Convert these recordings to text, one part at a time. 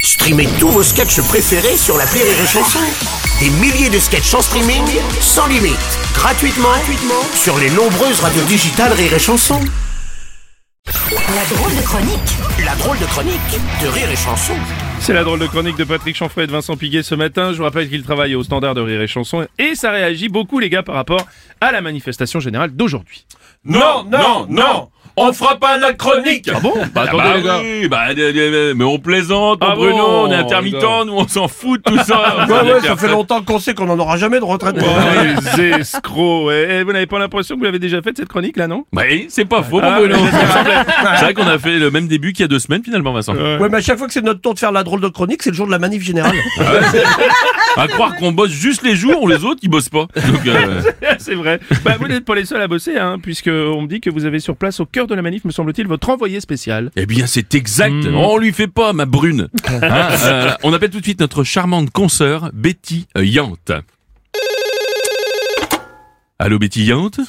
Streamez tous vos sketchs préférés sur la Rire et Chanson. Des milliers de sketchs en streaming, sans limite, gratuitement, gratuitement sur les nombreuses radios digitales Rire et Chanson. La drôle de chronique La drôle de chronique de Rire et Chanson. C'est la drôle de chronique de Patrick Chanfray et de Vincent Piguet ce matin. Je vous rappelle qu'il travaille au standard de rire et chanson et ça réagit beaucoup les gars par rapport à la manifestation générale d'aujourd'hui. Non, non, non On fera pas la chronique Ah bon Bah, attendez, les gars. oui, bah, euh, euh, mais on plaisante, Ah mon Bruno, bon, on est intermittent, nous on s'en fout de tout ça Ouais, ouais, ça fait longtemps qu'on sait qu'on n'en aura jamais de retraite. Oh, Ah, Les escrocs, ouais. Et vous n'avez pas l'impression que vous l'avez déjà faite cette chronique là, non Bah oui, c'est pas faux, mon Bruno C'est vrai qu'on a fait le même début qu'il y a deux semaines finalement, Vincent. Ouais, mais à chaque fois que c'est notre tour de faire la drôle de chronique, c'est le jour de la manif générale. À croire qu'on bosse juste les jours, les autres ils bossent pas. Donc, euh, C'est vrai. Bah, vous n'êtes pas les seuls à bosser, hein, puisque on me dit que vous avez sur place, au cœur de la manif, me semble-t-il, votre envoyé spécial. Eh bien, c'est exact. On lui fait pas, ma brune. Hein, euh, on appelle tout de suite notre charmante consoeur, Betty Yante. Allô, Betty Yante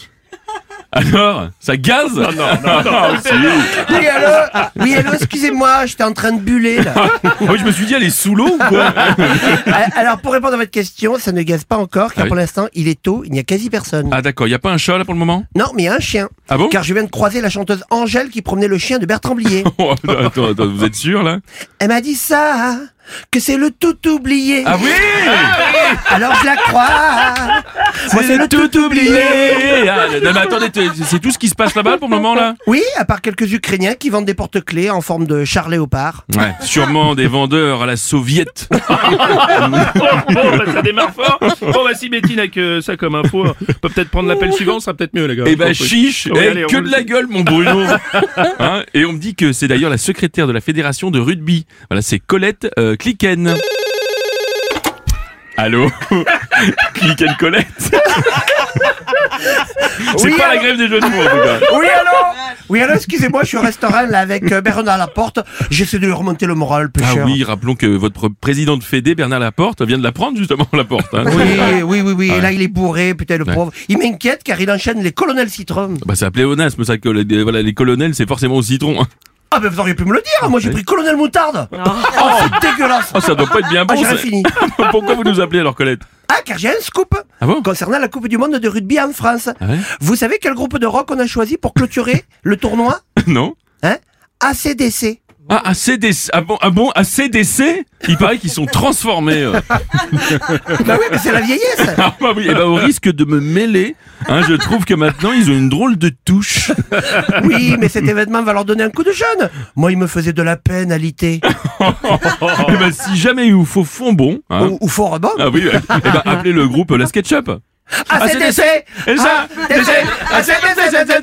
Alors, ça gaze oui, allô Oui, allô, excusez-moi, j'étais en train de buller, là. Moi, je me suis dit, elle est sous l'eau ou quoi Euh, Alors, pour répondre à votre question, ça ne gaze pas encore, car Ah oui. pour l'instant, il est tôt, il n'y a quasi personne. Ah d'accord, il y a pas un chat là pour le moment Non, mais il y a un chien. Ah bon Car je viens de croiser la chanteuse Angèle qui promenait le chien de Bertrand Blier. Oh, attends, attends, attends, vous êtes sûr là Elle m'a dit ça, que c'est le tout oublié. Ah oui Alors je la crois. Moi, c'est le tout oublié Ah, Non mais attendez, t- c'est tout ce qui se passe là-bas pour le moment là Oui, à part quelques Ukrainiens qui vendent des porte-clés en forme de char léopard. Ouais, sûrement des vendeurs à la soviète. bon, bah, ça démarre fort. Bon, bah, si Betty n'a que ça comme info, on peut peut-être prendre l'appel suivant, ça sera peut-être mieux, les gars. Eh ben chiche, Oui, eh, allez, on que le de la dit. gueule mon Bruno. Hein, et on me dit que c'est d'ailleurs la secrétaire de la fédération de rugby. Voilà, c'est Colette euh, Cliquen. Allô Cliquen Colette C'est Oui, pas la allô grève des jeux de mots en tout cas. Oui, alors Oui, alors, excusez-moi, je suis au restaurant là, avec euh, Bernard Laporte. J'essaie de lui remonter le moral, le Ah pêcheur. oui, rappelons que votre président de Fédé, Bernard Laporte, vient de la prendre justement Laporte. Hein. Oui, oui, oui, oui. Et là, il est bourré, putain, le Ouais. pauvre. Il m'inquiète car il enchaîne les colonels citron. Bah c'est un pléonasme ça que les, des- voilà, les colonels c'est forcément au citron. hein. Ah, ben, vous auriez pu me le dire. Moi, j'ai Oui. pris colonel moutarde. Oh, c'est dégueulasse. Oh ça doit pas être bien Ah, bon. j'ai ça. fini. Pourquoi vous nous appelez alors Colette Ah, car j'ai un scoop Ah bon concernant la Coupe du Monde de rugby en France. Ah ouais Vous savez quel groupe de rock on a choisi pour clôturer le tournoi Non Hein ACDC. Ah, à CDC, ah bon, ah bon, à CDC, il paraît qu'ils sont transformés. euh. Bah oui, mais c'est la vieillesse. Ah bah oui, et bah, au risque de me mêler, hein, je trouve que maintenant ils ont une drôle de touche. Oui, mais cet événement va leur donner un coup de jeune. Moi, il me faisait de la peine à l'ité. Oh. Et bah si jamais il vous faut fond bon, hein, Ou, ou fort bon. Ah, ah oui, et bah appelez le groupe euh, La SketchUp. ACDC Et ça, Ah, ACDC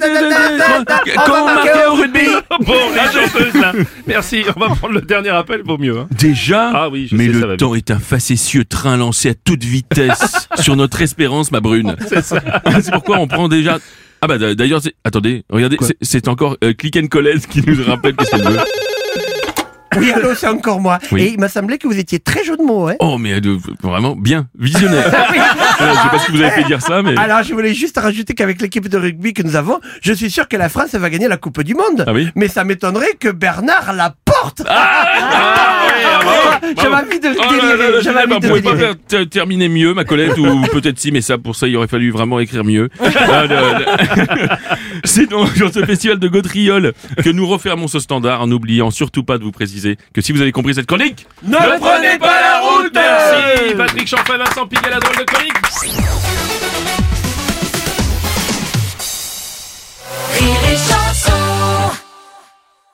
Ah, bah, Comment marquer au rugby Bon, les chanteuses, là. Merci, on va prendre le dernier appel, vaut mieux. hein. Déjà, Ah oui, je mais sais, ça va le temps est un facétieux train lancé à toute vitesse sur notre espérance, ma brune. Ah, C'est pourquoi on prend déjà. Ah bah d'a- d'ailleurs, c'est- attendez, regardez, c'est- c'est encore euh, Click and Collect qui nous rappelle qu'est-ce qu'elle veut. Oui, allô, c'est bah. encore moi. Oui. Et il m'a semblé que vous étiez très jeu de mots, hein. Oh mais euh, vraiment bien, visionnaire. Ah Voilà, je sais pas ce que vous avez fait dire ça, mais Alors, je voulais juste rajouter qu'avec l'équipe de rugby que nous avons, je suis sûr que la France va gagner la Coupe du Monde. Ah oui Mais ça m'étonnerait que Bernard la porte. Ah Ah Ah, J'avais envie de Oh là là là, délirer. je J'avais sais envie pas, vous de pouvez pas délirer. faire ter- terminer mieux, ma collègue, ou peut-être si, mais ça, pour ça, il aurait fallu vraiment écrire mieux. Ah, le- le- C'est donc sur ce festival de Gaudriol que nous refermons ce standard en n'oubliant surtout pas de vous préciser que si vous avez compris cette chronique, Ne prenez pas la route Merci, Patrick Chanfray, Vincent Piguet, la drôle de chronique.